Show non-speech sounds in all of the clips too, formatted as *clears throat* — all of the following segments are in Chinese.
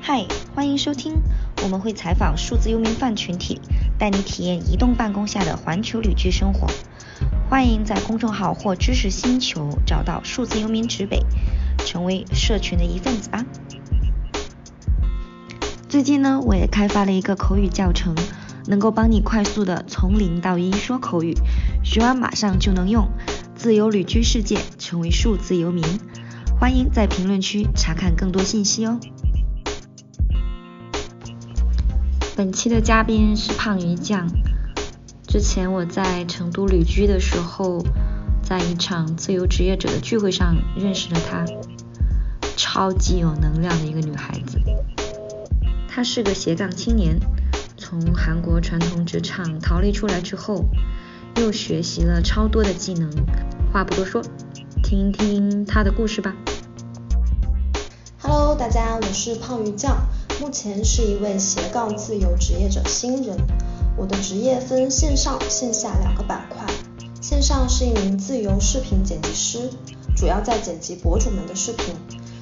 嗨，欢迎收听，我们会采访数字游民饭群体，带你体验移动办公下的环球旅居生活。欢迎在公众号或知识星球找到数字游民指北，成为社群的一份子吧。最近呢，我也开发了一个口语教程，能够帮你快速的从零到一说口语，学完马上就能用。自由旅居世界，成为数字游民。欢迎在评论区查看更多信息哦。本期的嘉宾是胖鱼酱。之前我在成都旅居的时候，在一场自由职业者的聚会上认识了她，超级有能量的一个女孩子。她是个斜杠青年，从韩国传统职场逃离出来之后，又学习了超多的技能。话不多说，听一听她的故事吧。 Hello，大家，我是胖鱼酱，目前是一位斜杠自由职业者新人。我的职业分线上、线下两个板块。线上是一名自由视频剪辑师，主要在剪辑博主们的视频；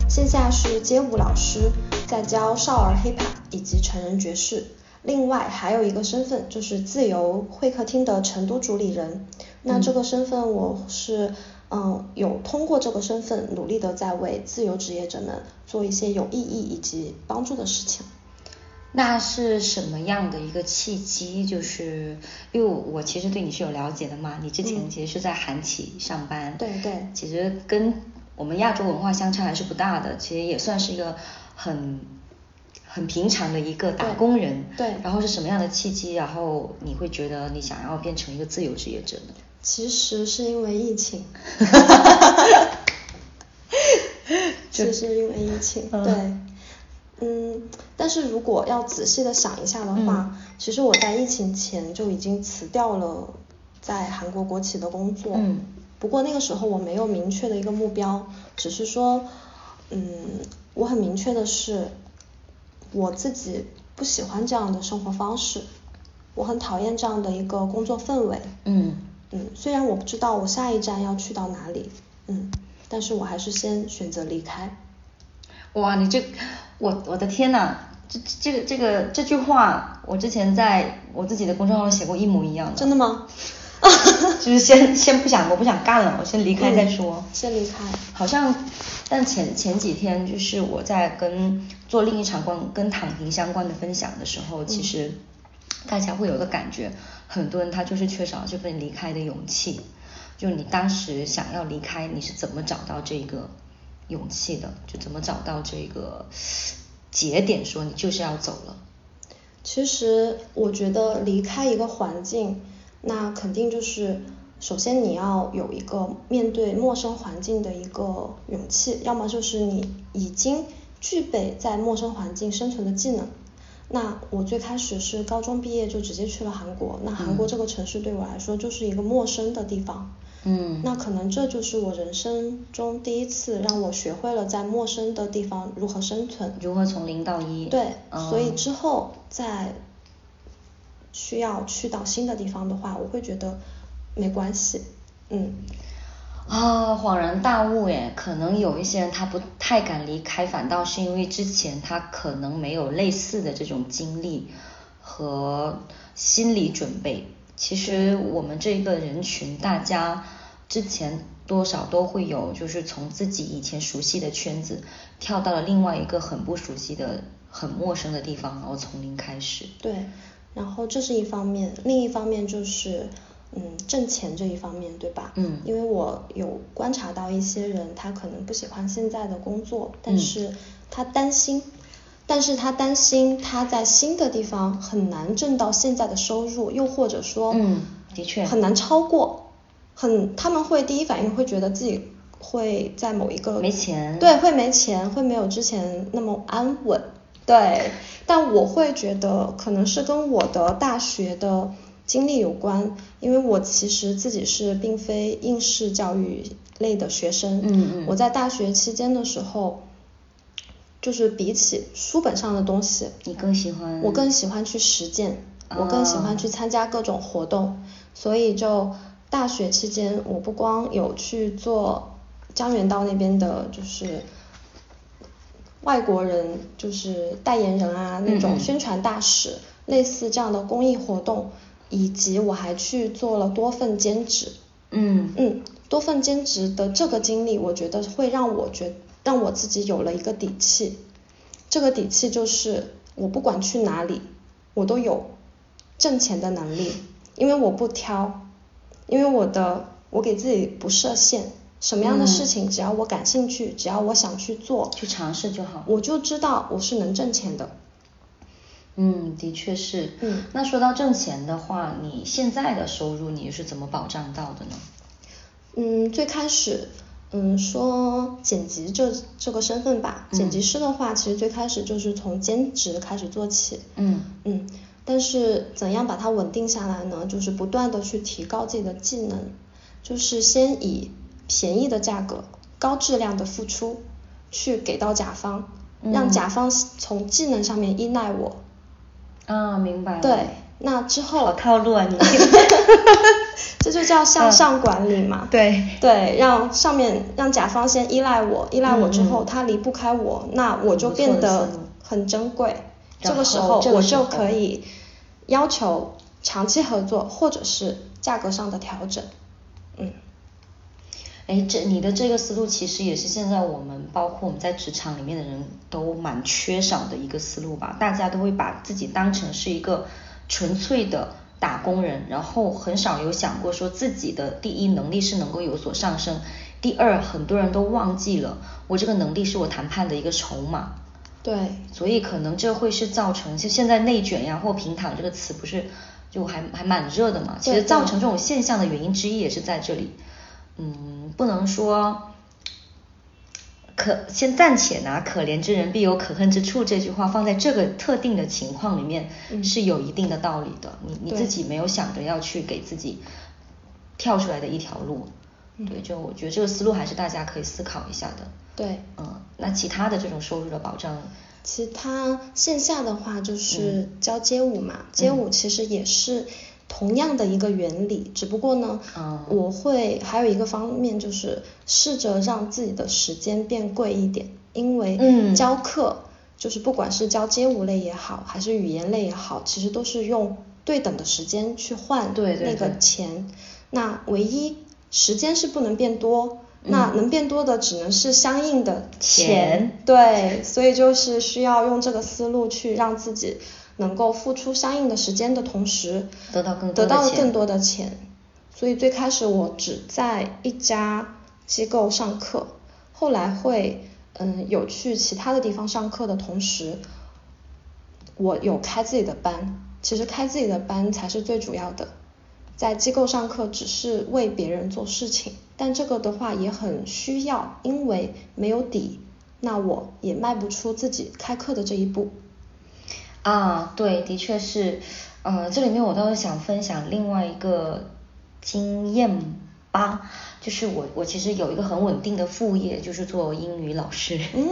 线下是街舞老师，在教少儿 hiphop 以及成人爵士。另外还有一个身份就是自由会客厅的成都主理人。那这个身份我是嗯，有通过这个身份努力的在为自由职业者们做一些有意义以及帮助的事情。那是什么样的一个契机？就是因为我其实对你是有了解的嘛，你之前嗯其实是在韩企上班，对对其实跟我们亚洲文化相差还是不大的，其实也算是一个很很平常的一个打对工人。对然后是什么样的契机？然后你会觉得你想要变成一个自由职业者呢？其实是因为疫 *laughs* 情，其实因为疫情，嗯对，嗯，但是如果要仔细的想一下的话，嗯其实我在疫情前就已经辞掉了在韩国国企的工作，嗯不过那个时候我没有明确的一个目标，只是说，嗯，我很明确的是，我自己不喜欢这样的生活方式，我很讨厌这样的一个工作氛围，嗯，嗯，虽然我不知道我下一站要去到哪里，嗯，但是我还是先选择离开。哇，你这，我我的天呐，这这个这个这句话，我之前在我自己的公众号上写过一模一样的。真的吗？ *laughs* 就是先先不想，我不想干了，我先离开再说。嗯先离开好像，但前前几天就是我在跟做另一场关跟躺平相关的分享的时候，嗯其实大家会有一个感觉，很多人他就是缺少这份离开的勇气。就你当时想要离开，你是怎么找到这个勇气的？就怎么找到这个节点，说你就是要走了。其实我觉得离开一个环境，那肯定就是首先你要有一个面对陌生环境的一个勇气，要么就是你已经具备在陌生环境生存的技能。那我最开始是高中毕业就直接去了韩国，那韩国嗯这个城市对我来说就是一个陌生的地方。嗯那可能这就是我人生中第一次让我学会了在陌生的地方如何生存。如何从零到一？对，嗯所以之后再需要去到新的地方的话，我会觉得没关系，嗯，啊、恍然大悟耶！可能有一些人他不太敢离开，反倒是因为之前他可能没有类似的这种经历和心理准备。其实我们这个人群，大家之前多少都会有，就是从自己以前熟悉的圈子跳到了另外一个很不熟悉的、很陌生的地方，然后从零开始。对。然后这是一方面，另一方面就是，嗯，挣钱这一方面，对吧？嗯因为我有观察到一些人，他可能不喜欢现在的工作，嗯但是他担心，但是他担心他在新的地方很难挣到现在的收入，又或者说，嗯的确很难超过，很他们会第一反应会觉得自己会在某一个没钱对，会没钱，会没有之前那么安稳，对。但我会觉得可能是跟我的大学的经历有关，因为我其实自己是并非应试教育类的学生，嗯嗯我在大学期间的时候，就是比起书本上的东西，你更喜欢？啊我更喜欢去实践，我更喜欢去参加各种活动，所以就大学期间，我不光有去做江原道那边的，就是外国人就是代言人啊那嗯嗯种宣传大使，类似这样的公益活动，以及我还去做了多份兼职。嗯嗯，多份兼职的这个经历，我觉得会让我觉让我自己有了一个底气。这个底气就是，我不管去哪里，我都有挣钱的能力，因为我不挑，因为我的我给自己不设限，什么样的嗯事情只要我感兴趣，只要我想去做，去尝试就好我就知道我是能挣钱的。嗯，的确是。嗯那说到挣钱的话，你现在的收入你是怎么保障到的呢？嗯，最开始，嗯，说剪辑这这个身份吧，嗯剪辑师的话，其实最开始就是从兼职开始做起。嗯嗯，但是怎样把它稳定下来呢？就是不断的去提高自己的技能，就是先以便宜的价格、高质量的付出去给到甲方，让嗯甲方从技能上面依赖我。啊，明白了。对，那之好后套路啊你。 *laughs* 嗯这就叫向上管理嘛。对对，让上面让甲方先依赖我，依赖我之嗯后嗯他离不开我，那我就很不错的变得思路很珍贵。这然个时后候这个我时就候可以要求长期合作或者是价格上的调整。嗯，哎，这你的这个思路其实也是现在我们包括我们在职场里面的人都蛮缺少的一个思路吧，大家都会把自己当成是一个纯粹的打工人，然后很少有想过说自己的第一能力是能够有所上升，第二很多人都忘记了我这个能力是我谈判的一个筹码，对，所以可能这会是造成，就现在内卷呀或平躺这个词不是就还还蛮热的嘛？其对实对造成这种现象的原因之一也是在这里。嗯，不能说可先暂且拿“可怜之人必有可恨之处”这句话放在这个特定的情况里面、嗯是有一定的道理的。你你对自己没有想着要去给自己跳出来的一条路，嗯对，就我觉得这个思路还是大家可以思考一下的。对嗯，那其他的这种收入的保障，其他线下的话就是嗯教街舞嘛，街舞其实也是同样的一个原理，只不过呢，嗯我会还有一个方面就是试着让自己的时间变贵一点，因为嗯教课、就是不管是教街舞类也好，还是语言类也好，其实都是用对等的时间去换对对那个对钱，那唯一时间是不能变多。那嗯能变多的只能是相应的钱对，所以就是需要用这个思路去让自己能够付出相应的时间的同时，得到更多的得到钱更多的钱。所以最开始我只在一家机构上课，后来会嗯有去其他的地方上课的同时，我有开自己的班。其实开自己的班才是最主要的，在机构上课只是为别人做事情，但这个的话也很需要，因为没有底，那我也迈不出自己开课的这一步。啊，对，的确是，呃，这里面我倒是想分享另外一个经验吧，就是我我其实有一个很稳定的副业，就是做英语老师，嗯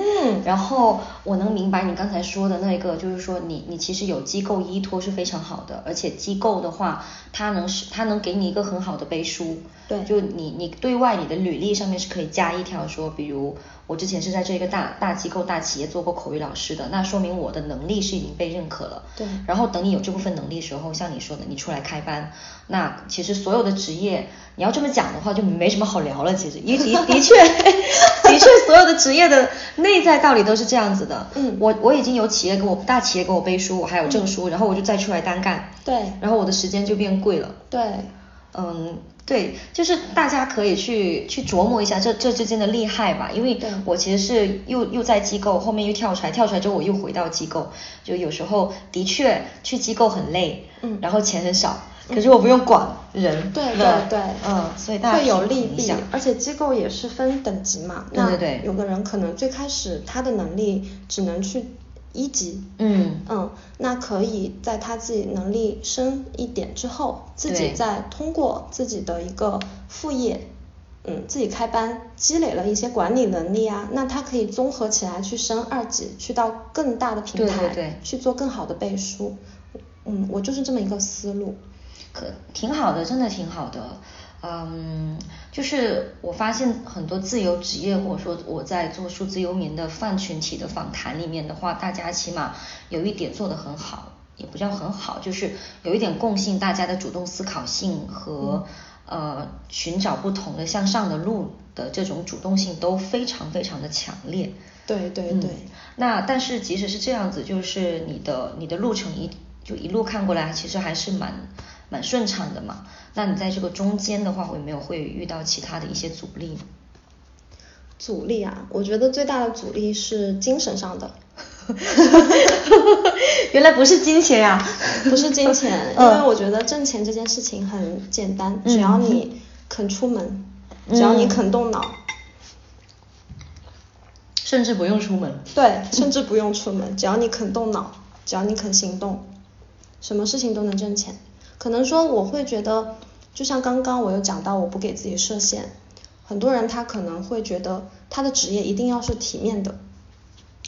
然后我能明白你刚才说的那个，就是说你你其实有机构依托是非常好的，而且机构的话，它能是它能给你一个很好的背书，对就你你对外你的履历上面是可以加一条说，比如我之前是在这个大大机构大企业做过口语老师的，那说明我的能力是已经被认可了。对然后等你有这部分能力的时候，像你说的，你出来开班，那其实所有的职业，你要这么讲的话，就没什么好聊了。其实，也的的确， *laughs* 的确，所有的职业的内在道理都是这样子的。嗯我我已经有企业给我大企业给我背书，我还有证书，然后我就再出来单干，对然后我的时间就变贵了。对，嗯，对，就是大家可以去去琢磨一下这这之间的利害吧，因为对我其实是又又在机构，后面又跳出来，跳出来之后我又回到机构，就有时候的确去机构很累，嗯然后钱很少，可是我不用管人，对吧对对，嗯，所以大家会有平衡利一弊下，而且机构也是分等级嘛。对对对那有的人可能最开始他的能力只能去一级，嗯嗯，那可以在他自己能力深一点之后，自己对再通过自己的一个副业。嗯，自己开班积累了一些管理能力啊，那他可以综合起来去升二级，去到更大的平对台，对对去做更好的背书。嗯，我就是这么一个思路。可挺好的，真的挺好的。嗯，就是我发现很多自由职业，或者说我在做数字游民的泛群体的访谈里面的话，大家起码有一点做得很好，也不叫很好，就是有一点共性，大家的主动思考性和、呃寻找不同的向上的路的这种主动性都非常非常的强烈。对对嗯对，那但是即使是这样子，就是你的你的路程一就一路看过来，其实还是蛮蛮顺畅的嘛。那你在这个中间的话，会没有会遇到其他的一些阻力？阻力啊，我觉得最大的阻力是精神上的， *laughs* 原来不是金钱呀、不是金钱，因为嗯我觉得挣钱这件事情很简单，嗯只 *laughs* 要你肯出门，只要你嗯肯动脑， *laughs* 甚至不用出门。对，甚至不用出门，只要你肯动脑，只要你肯行动，什么事情都能挣钱。可能说我会觉得，就像刚刚我有讲到，我不给自己设限。很多人他可能会觉得他的职业一定要是体面的，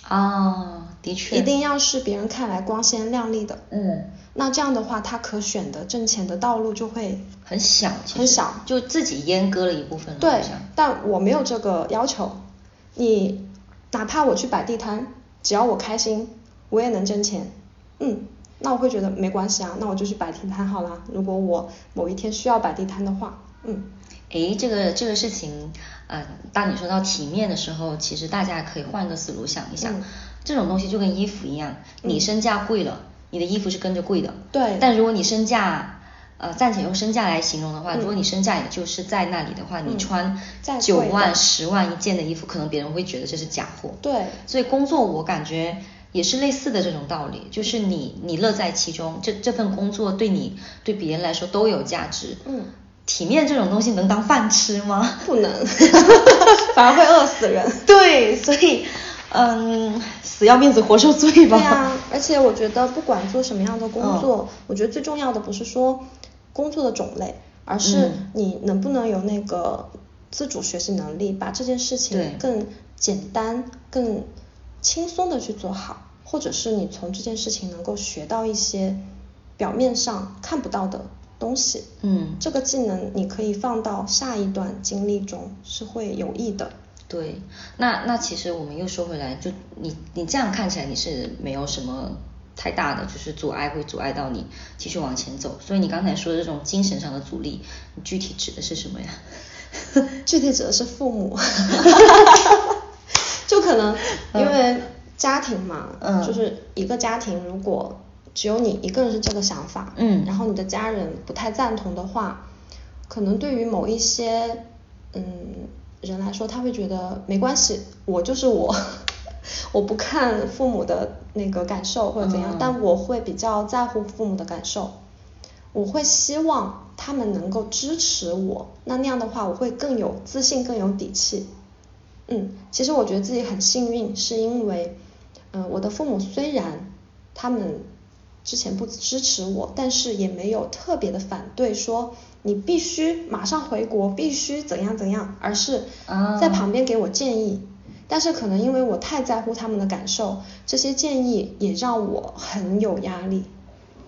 啊，的确，一定要是别人看来光鲜亮丽的。嗯，那这样的话，他可选的挣钱的道路就会很小，其实很小就自己阉割了一部分了。好对像，但我没有这个要求。你哪怕我去摆地摊，只要我开心，我也能挣钱。嗯，那我会觉得没关系啊，那我就去摆地摊好啦。如果我某一天需要摆地摊的话，嗯，诶，这个这个事情，呃，当你说到体面的时候，其实大家可以换个思路想一想，嗯这种东西就跟衣服一样，你身价贵了，你的衣服是跟着贵的。对但如果你身价，呃，暂且用身价来形容的话，嗯如果你身价也就是在那里的话，你嗯穿再九贵万、的十万一件的衣服，可能别人会觉得这是假货。对所以工作我感觉也是类似的这种道理，就是你你乐在其中，这这份工作对你对别人来说都有价值。嗯， *laughs* 体面这种东西能当饭吃吗？不能，反而会饿死人。 *laughs* 对，所以嗯，死要面子活受罪吧。对啊，而且我觉得不管做什么样的工哦作，我觉得最重要的不是说工作的种类，而是嗯你能不能有那个自主学习能力，把这件事对情更简单、更轻松的去做好，或者是你从这件事情能够学到一些表面上看不到的东西。嗯这个技能你可以放到下一段经历中是会有益的。对，那那其实我们又说回来，就你你这样看起来你是没有什么太大的就是阻碍，会阻碍到你继续往前走。所以你刚才说的这种精神上的阻力，你具体指的是什么呀？ *laughs* 具体指的是父母， *laughs* 就可能因为家庭嘛，嗯就是一个家庭，如果只有你一个人是这个想法，嗯然后你的家人不太赞同的话，可能对于某一些嗯人来说，他会觉得没关系，我就是我， *laughs* 我不看父母的那个感受或者怎样，嗯但我会比较在乎父母的感受。我会希望他们能够支持我，那那样的话我会更有自信，更有底气。嗯，其实我觉得自己很幸运，是因为，呃，我的父母虽然他们之前不支持我，但是也没有特别的反对说你必须马上回国，必须怎样怎样，而是啊在旁边给我建议。但是可能因为我太在乎他们的感受，这些建议也让我很有压力，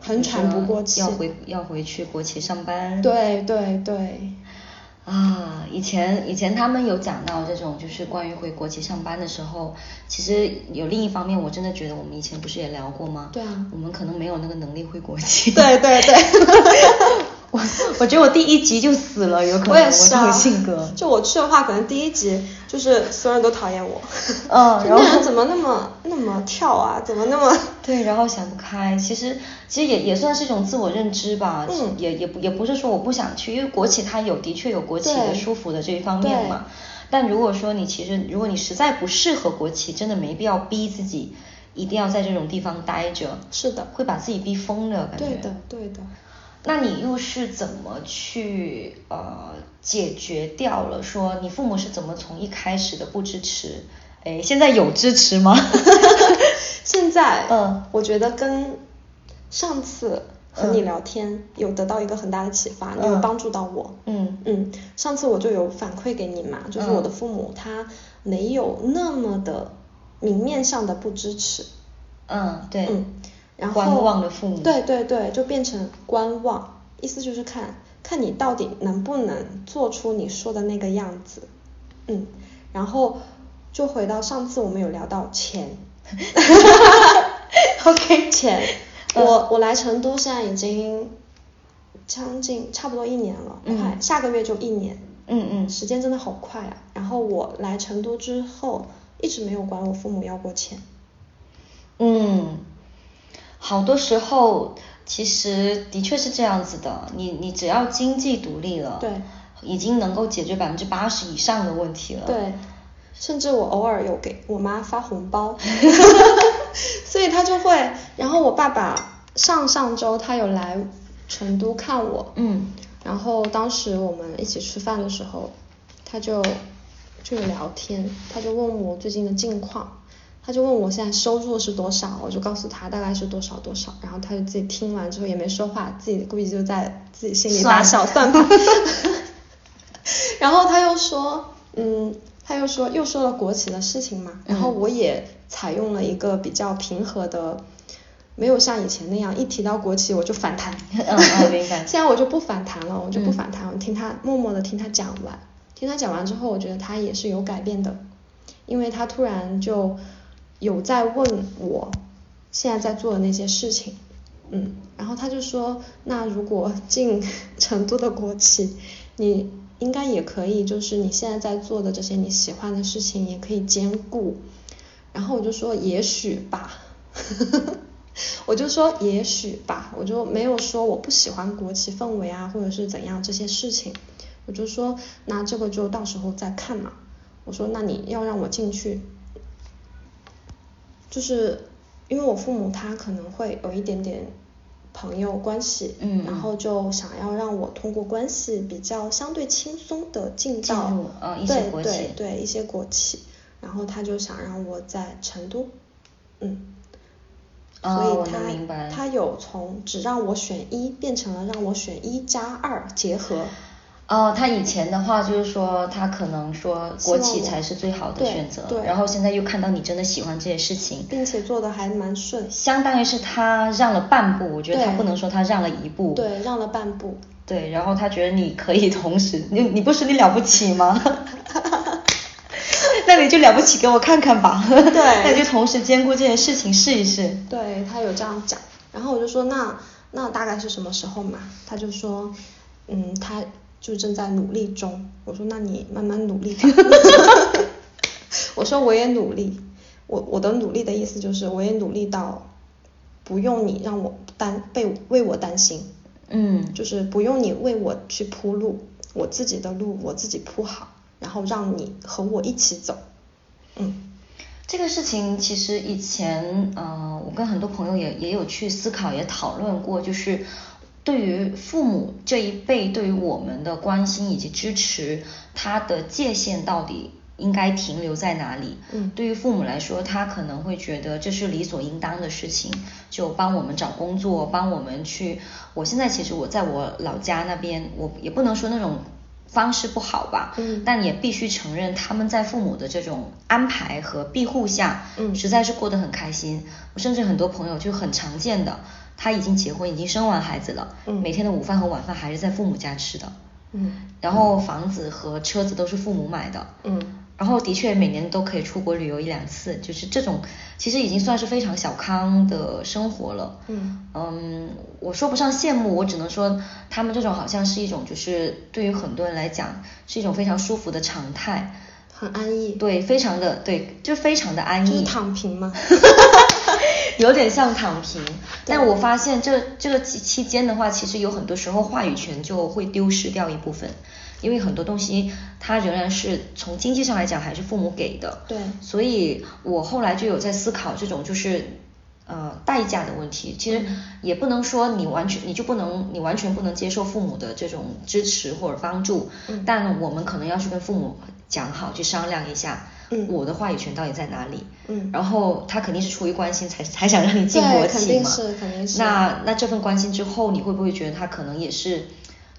很喘不过气。要回要回去国企上班。对对对，啊，以前以前他们有讲到这种，就是关于回国企上班的时候，其实有另一方面，我真的觉得我们以前不是也聊过吗？对啊我们可能没有那个能力回国企。对对对 *laughs* 我 *laughs* 我觉得我第一集就死了，有可能我也是这种啊，性格。就我去的话，可能第一集就是所有人都讨厌我。嗯 *laughs* 就然后那人怎么那么那么跳啊？怎么那么？对，然后想不开，其实其实也也算是一种自我认知吧，嗯也也不也不是说我不想去，因为国企它有的确有国企的对舒服的这一方面嘛对。但如果说你其实如果你实在不适合国企，真的没必要逼自己一定要在这种地方待着，是的会把自己逼疯的感觉。对的对的。 *laughs* 那你又是怎么去呃解决掉了？说你父母是怎么从一开始的不支持，哎，现在有支持 *laughs* 吗？ *laughs* 现在，嗯我觉得跟上次和你聊天、有得到一个很大的启发，你有嗯帮助到我。嗯嗯，上次我就有反馈给你嘛，就是嗯我的父母他没有那么的明面上的不支持。嗯，对，嗯，然后观望的父母对对对，就变成观望，意思就是看看你到底能不能做出你说的那个样子。嗯，然后就回到上次我们有聊到钱 *laughs* ，OK，钱。 *laughs* 嗯我我来成都现在已经将近差不多一年了，嗯快下个月就一年。嗯嗯，时间真的好快啊！然后我来成都之后，一直没有管我父母要过钱。嗯，好多时候其实的确是这样子的，你你只要经济独立了，对，已经能够解决百分之八十以上的问题了。对，甚至我偶尔有给我妈发 *laughs* 红包，所以她就会。然后我爸爸上上周他有来成都看我，嗯然后当时我们一起吃饭的时候，他就就有聊天，他就问我最近的近况，他就问我现在收入是多少，我就告诉他大概是多少多少，然后他就自己听完之后也没说话，自己估计就在自己心里打 *laughs* 小算盘， *laughs* 然后他又说，嗯，他又说又说了国企的事情嘛，然后我也采用了一个比较平和的。没有像以前那样一提到国企我就反弹，嗯嗯，明白。 *laughs* 现在我就不反弹了，我就嗯不反弹，我听他默默的听他讲完，听他讲完之后，我觉得他也是有改变的，因为他突然就有在问我现在在做的那些事情，嗯，然后他就说，那如果进 *laughs* 成都的国企，你应该也可以，就是你现在在做的这些你喜欢的事情也可以兼顾，然后我就说也许吧， *laughs* 我就说也许吧，我就没有说我不喜欢国企氛围啊，或者是怎样这些事情，我就说那这个就到时候再看嘛。我说那你要让我进去，就是因为我父母他可能会有一点点朋友关系，嗯嗯然后就想要让我通过关系比较相对轻松的进进到入呃一些对国企对对一些国企，然后他就想让我在成都，嗯，哦所我以能明白他他有从只让我选一变成了让我选一加二结合，哦，他以前的话就是说，他可能说希国望企我才是最好的对选择，对然后现在又看到你真的喜欢这些事情，并且做的还蛮顺，相当于是他让了半步，我觉得他对不能说他让了一步，对，让了半步，对，然后他觉得你可以同时，你你不是你了不起吗？ *laughs* 那你就了不起，给我看看吧。对那你就同时兼顾这些事情试一试。对他有这样讲，然后我就说那那大概是什么时候嘛？他就说，嗯，他就正在努力中。我说那你慢慢努 *laughs* 力吧。我说我也努力，我我的努力的意思就是我也努力到不用你让我担被为我担心，嗯，就是不用你为我去铺路，我自己的路我自己铺好，然后让你和我一起走。嗯，这个事情其实以前，呃，我跟很多朋友也也有去思考，也讨论过，就是对于父母这一辈对于我们的关心以及支持，他的界限到底应该停留在哪里？嗯对于父母来说，他可能会觉得这是理所应当的事情，就帮我们找工作，帮我们去。我现在其实我在我老家那边，我也不能说那种方式不好吧，嗯但也必须承认他们在父母的这种安排和庇护下，嗯实在是过得很开心。我甚至很多朋友就很常见的，他已经结婚，已经生完孩子了，嗯每天的午饭和晚饭还是在父母家吃的，嗯然后房子和车子都是父母买的，嗯，然后的确每年都可以出国旅游一两次，就是这种其实已经算是非常小康的生活了。嗯嗯我说不上羡慕，我只能说他们这种好像是一种，就是对于很多人来讲是一种非常舒服的常态，很安逸。对，非常的对，就非常的安逸，就是躺平 *laughs* *laughs* 嘛。有点像躺平。但我发现这这个期期间的话，其实有很多时候话语权就会丢失掉一部分，因为很多东西它仍然是从经济上来讲还是父母给的。对所以我后来就有在思考这种就是。呃，代价的问题，其实嗯也不能说你完全你就不能，你完全不能接受父母的这种支持或者帮助，嗯但我们可能要去跟父母讲好，去商量一下，嗯我的话语权到底在哪里，嗯然后他肯定是出于关心才才想让你进对国肯企定嘛。是肯定是啊那那这份关心之后，你会不会觉得他可能也是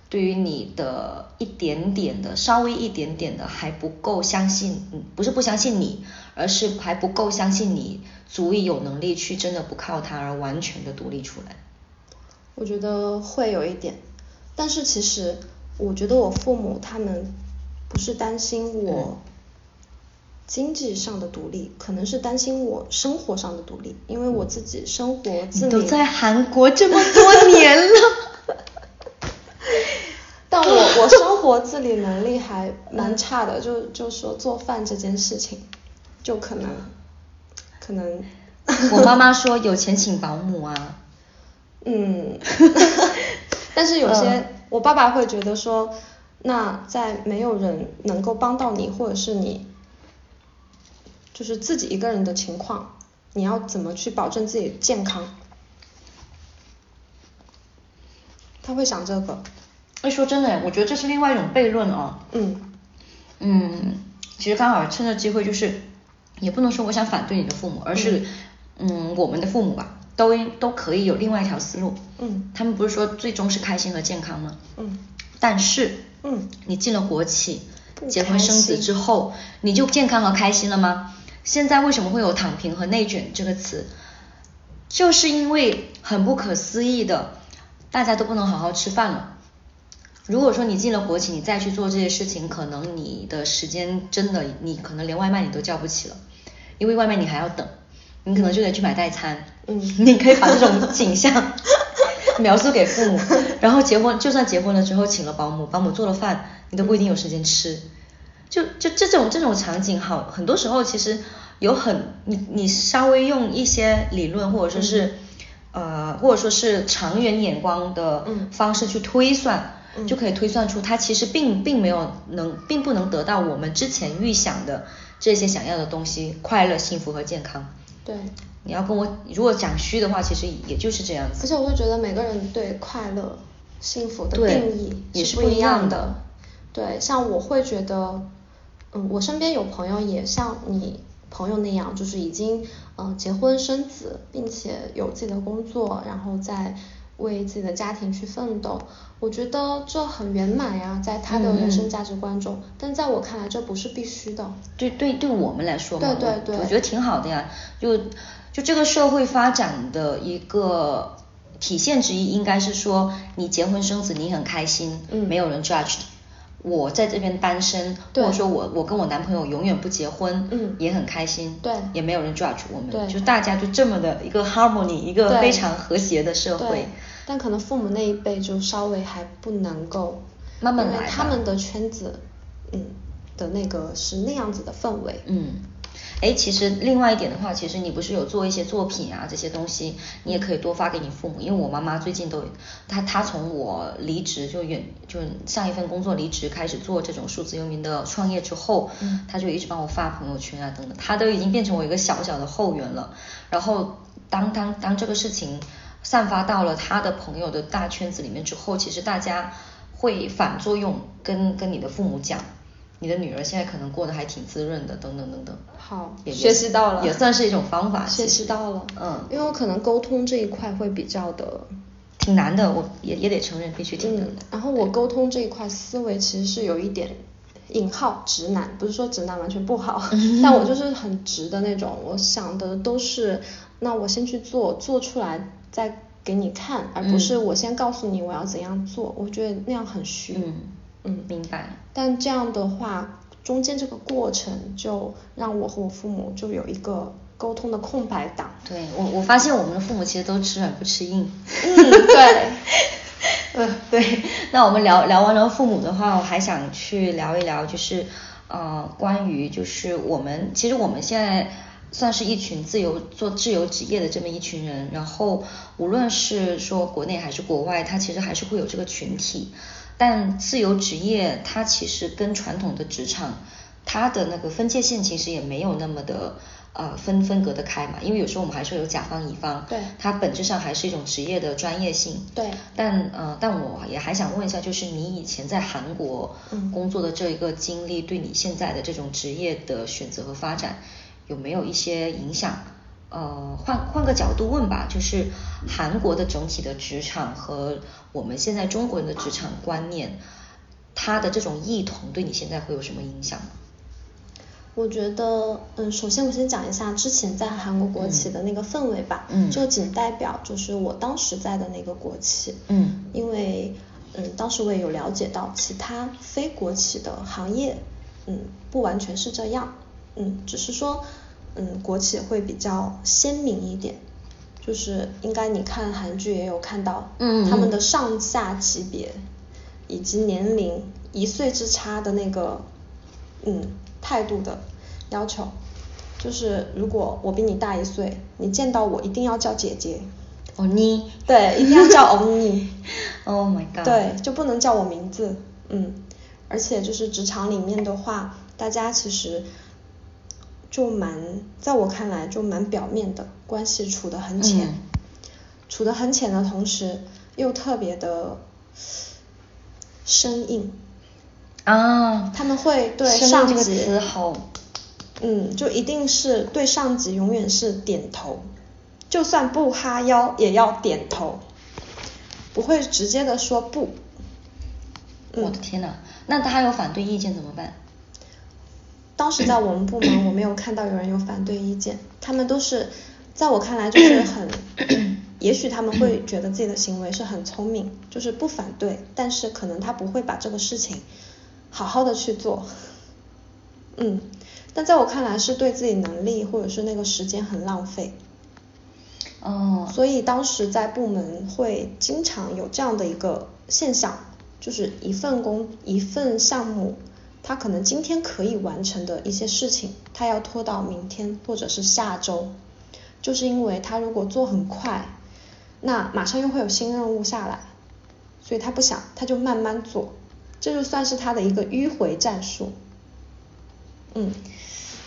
对于你的一点点的、稍微一点点的还不够相信？嗯不是不相信你，而是还不够相信你足以有能力去真的不靠他而完全的独立出来。我觉得会有一点，但是其实我觉得我父母他们不是担心我嗯经济上的独立，可能是担心我生活上的独立，因为我自己生活自你都理，在韩国这么多年了， *laughs* 但我我生活自理能力还蛮差的，就就说做饭这件事情，就可能可能我妈妈说有钱请保姆啊，嗯， *laughs* 但是有些、我爸爸会觉得说，那在没有人能够帮到你，或者是你就是自己一个人的情况，你要怎么去保证自己健康？他会想这个，哎，说真的，我觉得这是另外一种悖论哦。嗯嗯，其实刚好趁着机会，就是也不能说我想反对你的父母，而是嗯我们的父母吧，都应都可以有另外一条思路。嗯他们不是说最终是开心和健康吗？嗯但是嗯你进了国企不，结婚开生子心之后，你就健康和开心了吗？现在为什么会有“躺平”和“内卷”这个词？就是因为很不可思议的，大家都不能好好吃饭了。如果说你进了国企，你再去做这些事情，可能你的时间真的，你可能连外卖你都叫不起了，因为外卖你还要等，你可能就得去买代餐。嗯你可以把这种景象描述给父母，然后结婚，就算结婚了之后请了保姆，保姆做了饭，你都不一定有时间吃。就就这种这种场景好，很多时候其实有很你你稍微用一些理论或者说是、呃或者说是长远眼光的嗯方式去推算，嗯就可以推算出它其实并并没有能并不能得到我们之前预想的这些想要的东西，快乐、幸福和健康。对，你要跟我如果讲虚的话，其实也就是这样而子。且我会觉得每个人对快乐、幸福的对定义也是不不一一样样的对，像我会觉得，嗯，我身边有朋友也像你朋友那样，就是已经嗯、呃结婚生子，并且有自己的工作，然后再为自己的家庭去奋斗。我觉得这很圆满呀，在他的嗯嗯人生价值观中，但在我看来，这不是必须的。对对，对我们来说嘛，对对我对我觉得挺好的呀。就就这个社会发展的一个体现之一，应该是说你结婚生子，你很开心，嗯没有人 judge 你。我在这边单身，或对者说我我跟我男朋友永远不结婚，嗯也很开心，对也没有人 judge 我们，对就大家就这么的一个 harmony，一个对非常和谐的社对会，，但可能父母那一辈就稍微还不能够，慢慢因为来吧他们的圈子，嗯，的那个是那样子的氛围，嗯，哎，其实另外一点的话，其实你不是有做一些作品啊这些东西，你也可以多发给你父母，因为我妈妈最近都，她她从我离职就远就上一份工作离职开始做这种数字游民的创业之后，嗯她就一直帮我发朋友圈啊等等，她都已经变成我一个小小的后援了。然后当当当这个事情散发到了她的朋友的大圈子里面之后，其实大家会反作用跟跟你的父母讲。你的女儿现在可能过得还挺滋润的，等等等等。好也学习到了也算是一种方法。其学实习到了，嗯，因为我可能沟通这一块会比较的，挺难的，我也也得承认，必须挺难嗯的，。然后我沟通这一块思维其实是有一点。引号直男，不是说直男完全 *laughs* 不好，但我就是很直的那种，我想的都是，那我先去做，做出来再给你看，而不是嗯我先告诉你我要怎样做，我觉得那样很虚。嗯嗯明白。但这样的话，中间这个过程就让我和我父母就有一个沟通的空白 *laughs* 档。对我，我发现我们的父母其实都吃软不吃硬。嗯，对，嗯，对。那我们聊聊完了父母的话，我还想去聊一聊，就是呃，关于就是我们其实我们现在算是一群自由做自由职业的这么一群人，然后无论是说国内还是国外，它其实还是会有这个群体。但自由职业它其实跟传统的职场，它的那个分界线其实也没有那么的呃分分隔得开嘛，因为有时候我们还是有甲方乙方，对它本质上还是一种职业的专业性，对但呃，但我也还想问一下，就是你以前在韩国嗯工作的这一个经历，对你现在的这种职业的选择和发展有没有一些影响？呃，换换个角度问吧，就是韩国的整体的职场和我们现在中国人的职场观念，它的这种异同对你现在会有什么影响吗？我觉得，嗯，首先我先讲一下之前在韩国国企的那个氛围吧，嗯就仅代表就是我当时在的那个国企，嗯因为嗯，当时我也有了解到其他非国企的行业，嗯，不完全是这样，嗯，只是说，嗯，国企会比较鲜明一点，就是应该你看韩剧也有看到，嗯嗯他们的上下级别以及年龄一岁之差的那个，嗯，态度的要求，就是如果我比你大一岁，你见到我一定要叫姐姐，哦你对，一定要 *laughs* 叫欧尼。 ，Oh my god，对，就不能叫我名字，嗯，而且就是职场里面的话，大家其实就蛮，在我看来就蛮表面的，关系处得很浅，嗯处得很浅的同时又特别的生硬，啊，他们会对生硬上这个级词好，嗯，就一定是对上级永远是点头，就算不哈腰也要点头，不会直接的说不。嗯、我的天呐，那他有反对意见怎么办？当时在我们部门，我没有看到有人有反对意见，他们都是在我看来就是很， *clears throat* 也许他们会觉得自己的行为是很聪明，就是不反对，但是可能他不会把这个事情好好的去做，嗯，但在我看来是对自己能力或者是那个时间很浪费，哦，所以当时在部门会经常有这样的一个现象，就是一份工一份项目，它可能今天可以完成的一些事情，它要拖到明天或者是下周，就是因为它如果做很快，那马上又会有新任务下来，所以他不想，他就慢慢做，这就算是他的一个迂回战术。嗯，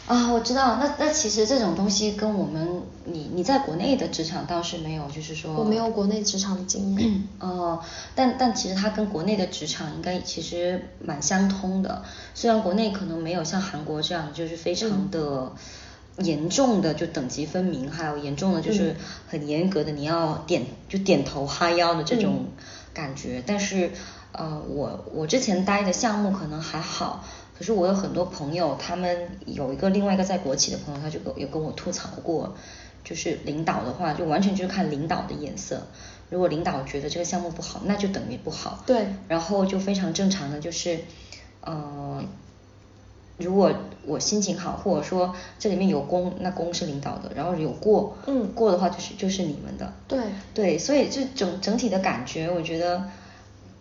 啊，我知道，那那其实这种东西跟我们你你在国内的职场倒是没有，就是说我没有国内职场的经验。 *clears throat* 哦，但但其实它跟国内的职场应该其实蛮相通的，虽然国内可能没有像韩国这样就是非嗯常的严重的就等级分明，还有严重的就是嗯很严格的你要点就点头哈腰的这嗯种感觉，但是呃我我之前待的项目可能还好。可是我有很多朋友，他们有一个另外一个在国企的朋友，他就跟有跟我吐槽过，就是领导的话，就完全就是看领导的眼色。如果领导觉得这个项目不好，那就等于不好。对然后就非常正常的就是，呃，如果我心情好，或者说这里面有功，那功是领导的，然后有过，嗯过的话就是就是你们的。对对，所以就整整体的感觉，我觉得，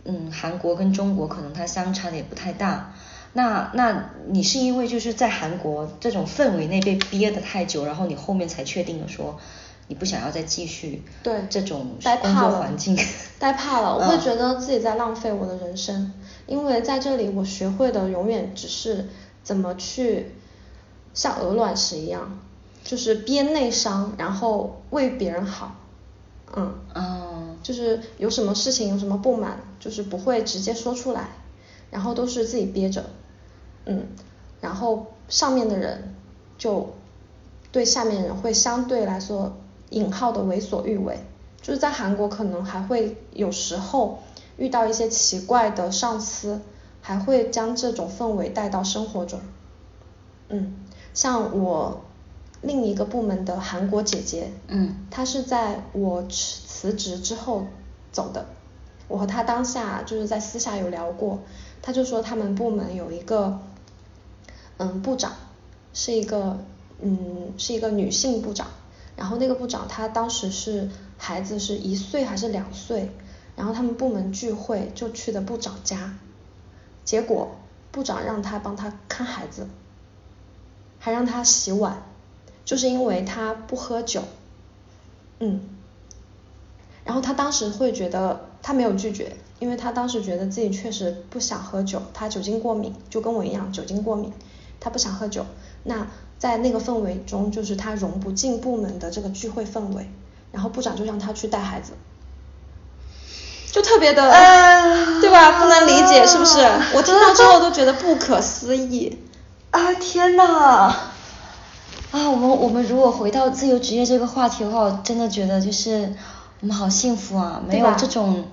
嗯，韩国跟中国可能它相差的也不太大。那那你是因为就是在韩国这种氛围内被憋得太久，然后你后面才确定了说你不想要再继续对这种待工怕作了，环 *laughs* 境， *laughs* 待怕了，我会嗯觉得自己在浪费我的人生，因为在这里我学会的永远只是怎么去像鹅卵石一样，就是憋内伤，然后为别人好，嗯，哦就是有什么事情有什么不满，就是不会直接说出来，然后都是自己憋着，嗯，然后上面的人就对下面人会相对来说引号的为所欲为，就是在韩国可能还会有时候遇到一些奇怪的上司，还会将这种氛围带到生活中，嗯，像我另一个部门的韩国姐姐，嗯她是在我辞辞职之后走的。我和她当下就是在私下有聊过，她就说他们部门有一个，嗯，部长是一个，嗯，是一个女性部长。然后那个部长她当时是孩子是一岁还是两岁，然后他们部门聚会就去的部长家，结果部长让她帮她看孩子，还让他洗碗，就是因为他不喝酒。嗯，然后他当时会觉得他没有拒绝，因为他当时觉得自己确实不想喝酒，他酒精过敏，就跟我一样酒精过敏，他不想喝酒。那在那个氛围中，就是他融不进部门的这个聚会氛围，然后部长就让他去带孩子，就特别的，对吧？不能理解是不是？我听到之后都觉得不可思议。啊天呐！啊，我们我们如果回到自由职业这个话题的话，我真的觉得就是我们好幸福啊，没对有吧这种，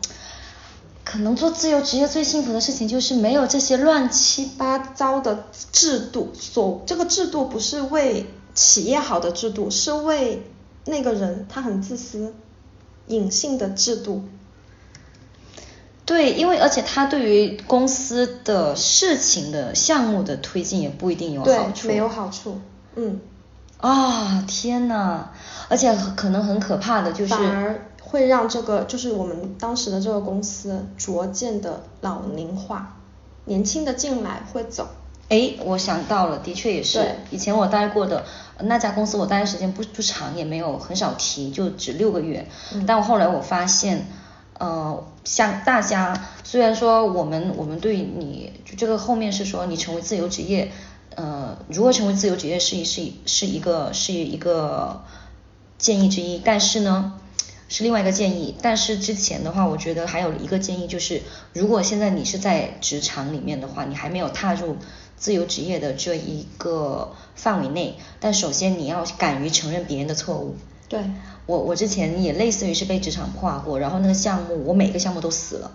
可能做自由职业最幸福的事情就是没有这些乱七八，八糟的制度，所这个制度不是为企业好的制度，是为那个人他很自私，隐性的制度。对，因为而且他对于公司的事情的项目的推进也不一定有对好，处。没有好处，嗯，啊、天哪！而且很可能很可怕的就是，反而会让这个就是我们当时的这个公司逐渐的老龄化，年轻的进来会走，哎，我想到了，的确也是对。以前我待过的呃那家公司，我待的时间不不长，也没有很少提，就只六个月。嗯但我后来我发现，呃，像大家虽然说我们我们对你就这个后面是说你成为自由职业，呃，如何成为自由职业是一是一是一个是一个建议之一，但是呢。是另外一个建议，但是之前的话，我觉得还有一个建议就是，如果现在你是在职场里面的话，你还没有踏入自由职业的这一个范围内，但首先你要敢于承认别人的错误。对，我我之前也类似于是被职场化过，然后那个项目我每个项目都死了，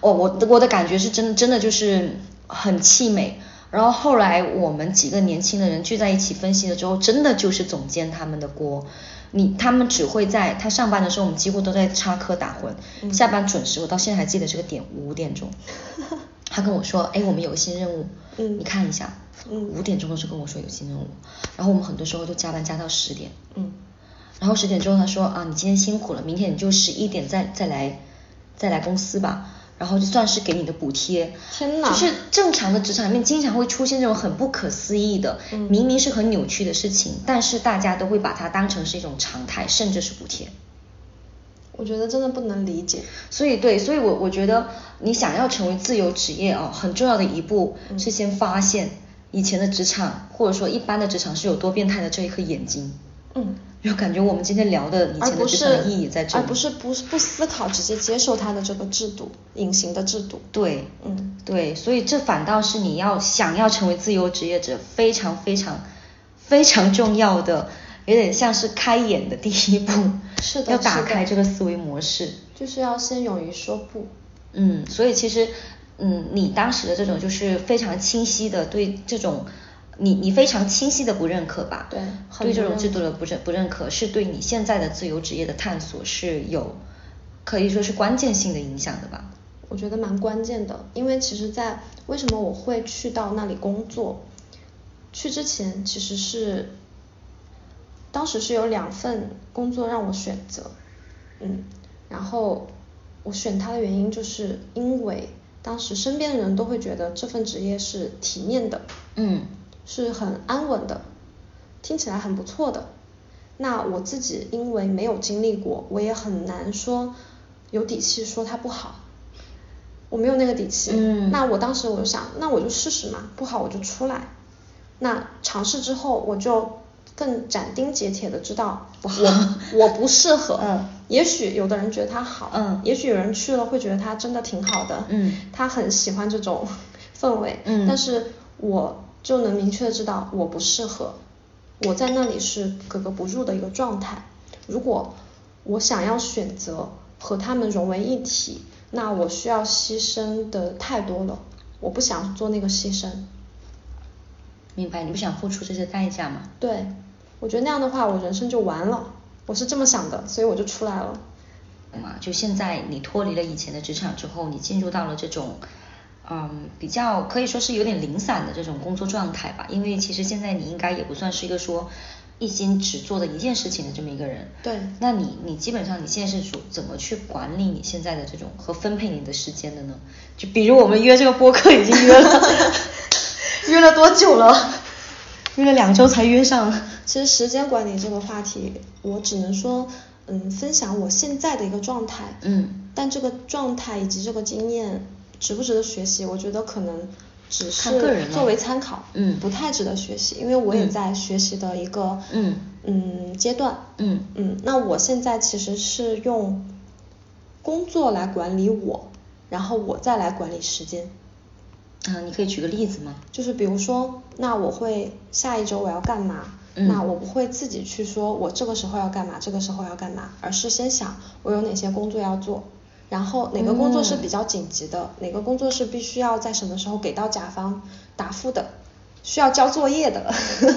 哦我我我的感觉是真真的就是很气馁。然后后来我们几个年轻的人聚在一起分析了之后，真的就是总监他们的锅，你他们只会在他上班的时候，我们几乎都在插科打诨，嗯下班准时，我到现在还记得这个点五点 *laughs* 钟，他跟我说，哎，我们有个新任务，嗯你看一下，嗯五点钟的时候跟我说有新任务，然后我们很多时候就加班加到十点，嗯，然后十点钟他说啊，你今天辛苦了，明天你就十一点再再来再来公司吧，然后就算是给你的补贴。天哪就是正常的职场里面经常会出现这种很不可思议的，嗯明明是很扭曲的事情，但是大家都会把它当成是一种常态，甚至是补贴。我觉得真的不能理解，所以对，所以我我觉得你想要成为自由职业啊、很重要的一步嗯是先发现以前的职场或者说一般的职场是有多变态的这一颗眼睛。嗯。就感觉我们今天聊的以而前的不职是场的意义在这里，而不是不不思考，直接接受它的这个制度，隐形的制度。对，嗯，对，所以这反倒是你要想要成为自由职业者非常非常非常重要的，有点像是开眼的第一步，是的要打是的开这个思维模式。就是要先勇于说不。嗯，所以其实，嗯，你当时的这种就是非常清晰的对这种，你你非常清晰的不认可吧？对很对这不种认制度可的不认不认可，是对你现在的自由职业的探索是有，可以说是关键性的影响的吧？我觉得蛮关键的，因为其实在，为什么我会去到那里工作，去之前其实是，当时是有两份工作让我选择，嗯，然后我选它的原因就是因为当时身边的人都会觉得这份职业是体面的，嗯是很安稳的，听起来很不错的。那我自己因为没有经历过，我也很难说有底气说它不好，我没有那个底气。嗯那我当时我就想，那我就试试嘛，不好我就出来。那尝试之后，我就更斩钉截铁的知道 *laughs* 不好我我不适合。嗯也许有的人觉得它好，嗯也许有人去了会觉得它真的挺好的，嗯他很喜欢这种 *laughs* 氛围，嗯但是我就能明确的知道我不适合，我在那里是格格不入的一个状态。如果我想要选择和他们融为一体，那我需要牺牲的太多了，我不想做那个牺牲。明白，你不想付出这些代价吗？对，我觉得那样的话，我人生就完了。我是这么想的，所以我就出来了。嘛，就现在你脱离了以前的职场之后，你进入到了这种，嗯，比较可以说是有点零散的这种工作状态吧。因为其实现在你应该也不算是一个说一心只做的一件事情的这么一个人。对那你你基本上你现在是主怎么去管理你现在的这种和分配你的时间的呢？就比如我们约这个播客已经约了， *laughs* 约了多久了？约了两周才约上。 *laughs* 其实时间管理这个话题，我只能说，嗯，分享我现在的一个状态，嗯，但这个状态以及这个经验值不值得学习，我觉得可能只看个是人了啊作为参考，嗯不太值得学习，因为我也嗯在学习的一个，嗯嗯阶段，嗯嗯，那我现在其实是用工作来管理我，然后我再来管理时间，啊，你可以举个例子吗？就是比如说，那我会下一周我要干嘛？嗯那我不会自己去说我这个时候要干嘛，这个时候要干嘛，而是先想我有哪些工作要做，然后哪个工作是比较紧急的，哪个工作是必须要在什么时候给到甲方答复的，需要交作业的。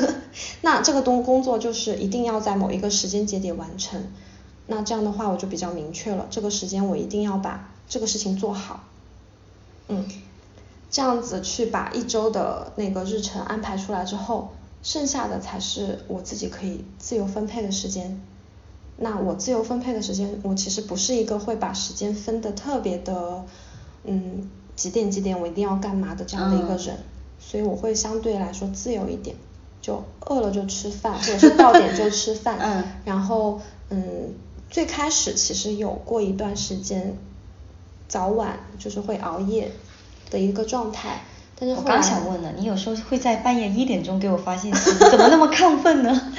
*laughs* 那这个东工作就是一定要在某一个时间节点完成。那这样的话，我就比较明确了，这个时间我一定要把这个事情做好。嗯，这样子去把一周的那个日程安排出来之后，剩下的才是我自己可以自由分配的时间。那我自由分配的时间，我其实不是一个会把时间分的特别的，嗯，几点几点我一定要干嘛的这样的一个人，嗯，所以我会相对来说自由一点，就饿了就吃饭，或者是到点就吃饭嗯然后嗯，最开始其实有过一段时间，早晚就是会熬夜的一个状态，但是我后来刚想问呢，你有时候会在半夜一点钟给我发信息，怎么那么亢奋 *laughs* 呢？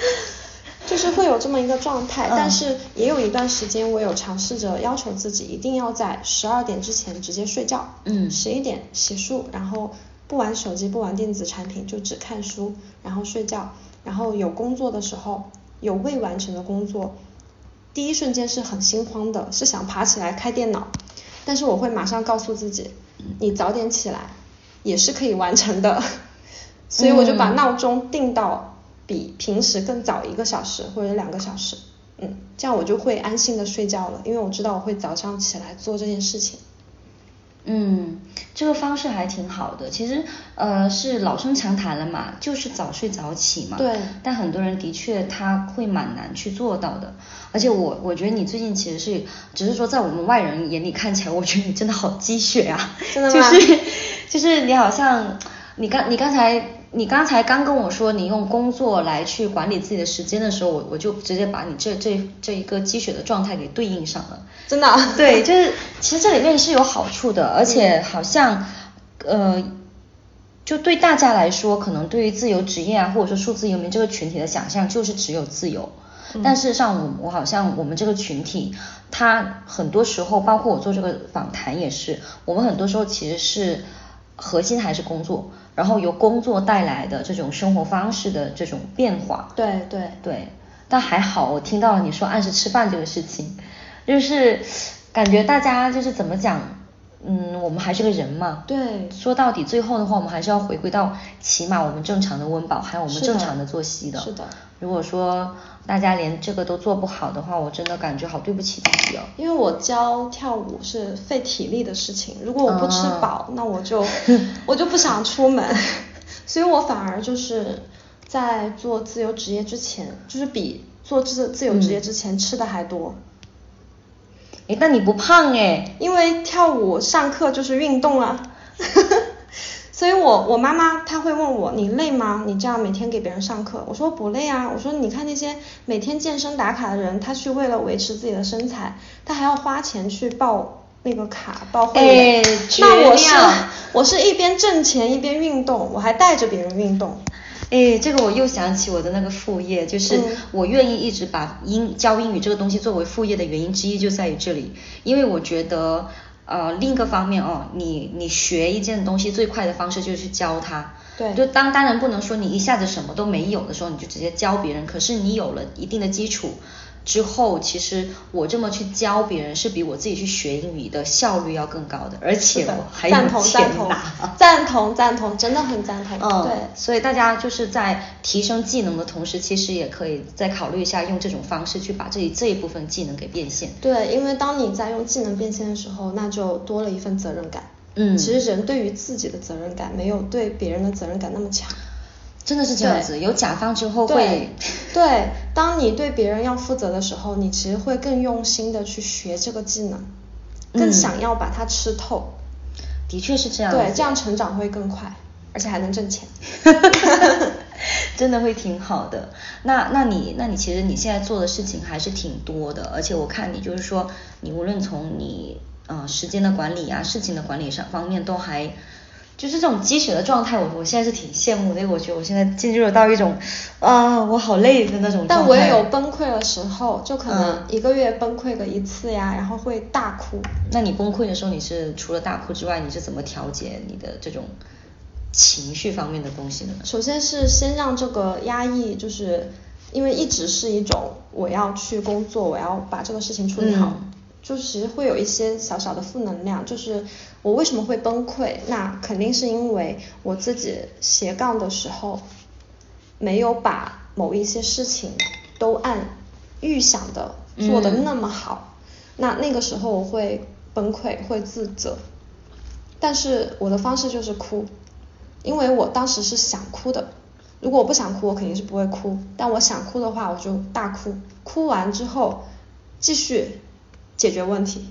就是会有这么一个状态，嗯但是也有一段时间，我有尝试着要求自己一定要在十二点之前直接睡觉，嗯十一点洗漱，然后不玩手机，不玩电子产品，就只看书，然后睡觉，然后有工作的时候，有未完成的工作，第一瞬间是很心慌的，是想爬起来开电脑，但是我会马上告诉自己，嗯你早点起来也是可以完成的，所以我就把嗯闹钟定到比平时更早一个小时或者两个小时，嗯，这样我就会安心的睡觉了，因为我知道我会早上起来做这件事情。嗯，这个方式还挺好的。其实，呃，是老生常谈了嘛，就是早睡早起嘛。对但很多人的确他会蛮难去做到的。而且我我觉得你最近其实是，只是说在我们外人眼里看起来，我觉得你真的好鸡血啊！真的就吗是就是你好像你刚你刚才你刚才刚跟我说你用工作来去管理自己的时间的时候，我我就直接把你这这这一个鸡血的状态给对应上了。真的啊 *laughs* 对，就是其实这里面是有好处的，而且好像、呃，就对大家来说，可能对于自由职业啊，或者说数字游民这个群体的想象，就是只有自由。嗯但事实上我，我好像我们这个群体，他很多时候，包括我做这个访谈也是，我们很多时候其实是核心还是工作，然后由工作带来的这种生活方式的这种变化，对对对，但还好我听到了你说按时吃饭这个事情，就是感觉大家就是怎么讲，嗯，我们还是个人嘛。对说到底，最后的话，我们还是要回归到起码我们正常的温饱，还有我们是的正常的作息的。是的如果说大家连这个都做不好的话，我真的感觉好对不起自己哦。因为我教跳舞是费体力的事情，如果我不吃啊饱，那我就嗯 *laughs* 我就不想出门， *laughs* 所以我反而就是在做自由职业之前，就是比做自自由嗯职业之前吃的还多，诶，那你不胖诶？因为跳舞上课就是运动啊。 *laughs* 所以我我妈妈她会问我你累吗？你这样每天给别人上课，我说不累啊。我说你看那些每天健身打卡的人，他去为了维持自己的身材，他还要花钱去报那个卡报会员。哎那我绝是了 *laughs* 我是一边挣钱一边运动，我还带着别人运动。哎，这个我又想起我的那个副业，就是嗯我愿意一直把英教英语这个东西作为副业的原因之一就在于这里，因为我觉得，呃，另一个方面哦，你你学一件东西最快的方式就是去教它。对就当当然不能说你一下子什么都没有的时候你就直接教别人，可是你有了一定的基础之后，其实我这么去教别人是比我自己去学英语的效率要更高的，而且是的我还有赞同赞钱同拿。赞同赞同，真的很赞同。嗯，对，所以大家就是在提升技能的同时，其实也可以再考虑一下用这种方式去把这一这一部分技能给变现。对，因为当你在用技能变现的时候，那就多了一份责任感。嗯其实人对于自己的责任感没有对别人的责任感那么强。真的是这样子，对有甲方之后对会，对，当你对别人要负责的时候，你其实会更用心的去学这个技能，嗯更想要把它吃透。 *laughs* 的确是这样子。对，这样成长会更快，而且还能挣钱。 *laughs* 真的会挺好的。那那你那你其实你现在做的事情还是挺多的，而且我看你就是说，你无论从你呃时间的管理啊、事情的管理上方面，都还就是这种积雪的状态，我我现在是挺羡慕的，因为我觉得我现在进入到一种啊我好累的那种状态。但我也有崩溃的时候，就可嗯能一个月崩溃个一次呀，然后会大哭。那你崩溃的时候，你是除了大哭之外，你是怎么调节你的这种情绪方面的东西的呢？首先是先让这个压抑，就是因为一直是一种我要去工作，我要把这个事情处理好，嗯就是会有一些小小的负能量。就是我为什么会崩溃？那肯定是因为我自己斜杠的时候，没有把某一些事情都按预想的做的嗯那么好。那那个时候我会崩溃，会自责。但是我的方式就是哭，因为我当时是想哭的。如果我不想哭，我肯定是不会哭。但我想哭的话，我就大哭。哭完之后，继续解决问题。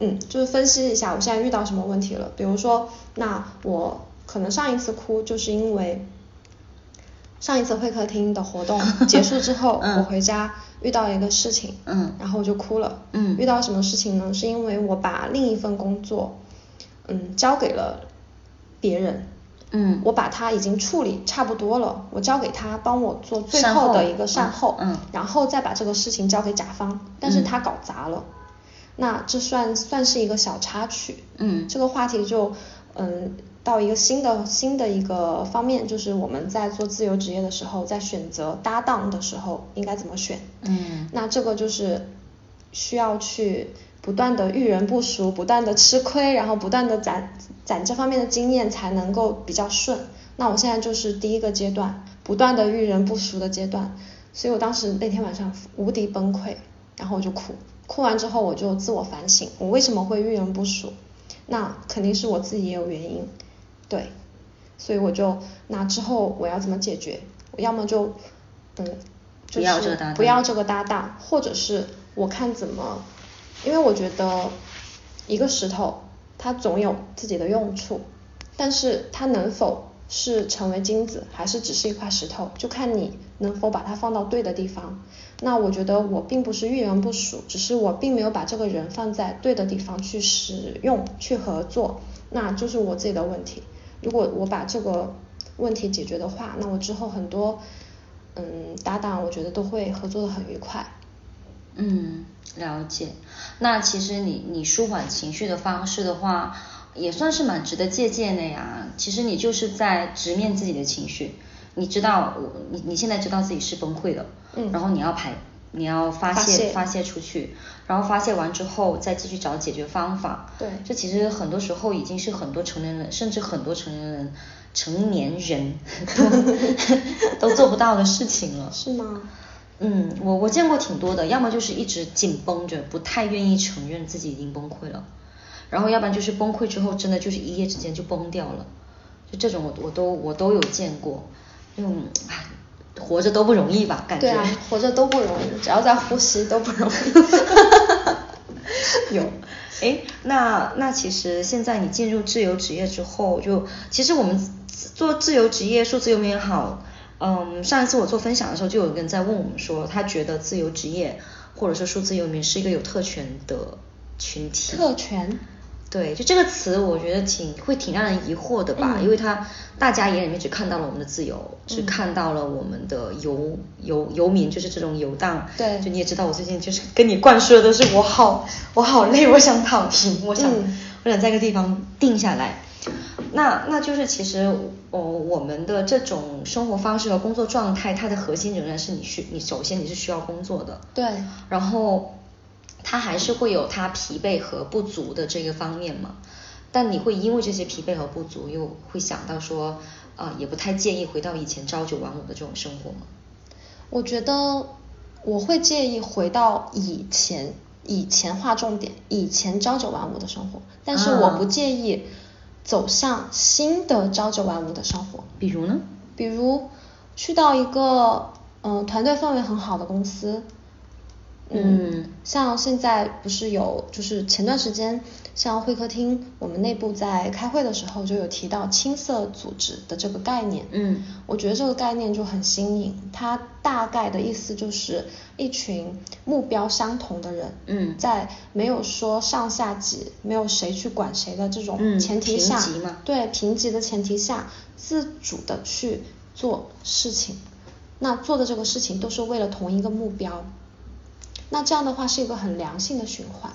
嗯，就是分析一下我现在遇到什么问题了。比如说，那我可能上一次哭就是因为上一次会客厅的 *laughs* 活动结束之后，嗯我回家遇到一个事情，嗯然后我就哭了。嗯遇到什么事情呢？是因为我把另一份工作，嗯，交给了别人。嗯我把它已经处理差不多了，我交给他帮我做最善后后的一个善后，嗯嗯然后再把这个事情交给甲方，但是嗯他搞砸了，那这算算是一个小插曲，嗯这个话题就嗯到一个新的新的一个方面，就是我们在做自由职业的时候，在选择搭档的时候应该怎么选，嗯那这个就是需要去不断的遇人不熟，不断的吃亏，然后不断的攒攒这方面的经验，才能够比较顺。那我现在就是第一个阶段，不断的遇人不熟的阶段，所以我当时那天晚上无敌崩溃，然后我就哭，哭完之后我就自我反省，我为什么会遇人不熟？那肯定是我自己也有原因，对，所以我就那之后我要怎么解决？我要么就嗯，不就要这是个搭档不要这个搭档，或者是我看怎么，因为我觉得一个石头它总有自己的用处，但是它能否是成为金子，还是只是一块石头，就看你能否把它放到对的地方。那我觉得我并不是遇人不淑，只是我并没有把这个人放在对的地方去使用、去合作，那就是我自己的问题。如果我把这个问题解决的话，那我之后很多嗯搭档，我觉得都会合作的很愉快。嗯，了解。那其实你你舒缓情绪的方式的话，也算是蛮值得借鉴的呀。其实你就是在直面自己的情绪，你知道我你你现在知道自己是崩溃的，嗯然后你要排你要发发泄泄发泄出去，然后发泄完之后再继续找解决方法。对这其实很多时候已经是很多成年人，甚至很多成年人成年人 *laughs* 都 *laughs* 都做不到的事情了。是吗？嗯，我我见过挺多的，要么就是一直紧绷着，不太愿意承认自己已经崩溃了，然后要不然就是崩溃之后真的就是一夜之间就崩掉了，就这种我我都我都有见过，这种唉，活着都不容易吧，感觉。对啊，活着都不容易，只要在呼吸都不容易。 *laughs* 有。哎，那那其实现在你进入自由职业之后就，其实我们自做自由职业、数字游民也好，嗯，上一次我做分享的时候，就有人在问我们说，他觉得自由职业或者说数字游民是一个有特权的群体。特权，对，就这个词，我觉得挺会挺让人疑惑的吧，嗯因为他大家眼里面只看到了我们的自由，只嗯看到了我们的游游游民，就是这种游荡。对就你也知道，我最近就是跟你灌输的都是我好我好累，我想躺平，我想、嗯我想在一个地方定下来。那那就是其实哦，我们的这种生活方式和工作状态，它的核心仍然是你需你首先你是需要工作的，对然后他还是会有他疲惫和不足的这个方面嘛。但你会因为这些疲惫和不足，又会想到说，啊、也不太建议回到以前朝九晚五的这种生活嘛。我觉得我会建议回到以前，以前划重点，以前朝九晚五的生活，但是我不啊建议走向新的朝九晚五的生活。比如呢？比如去到一个嗯、呃团队氛围很好的公司，嗯像现在不是有，就是前段时间像会客厅，我们内部在开会的时候就有提到青色组织的这个概念，嗯我觉得这个概念就很新颖，它大概的意思就是一群目标相同的人，嗯在没有说上下级，没有谁去管谁的嗯这种前提下，评级嘛对评级的前提下，自主的去做事情，那做的这个事情都是为了同一个目标，那这样的话是一个很良性的循环，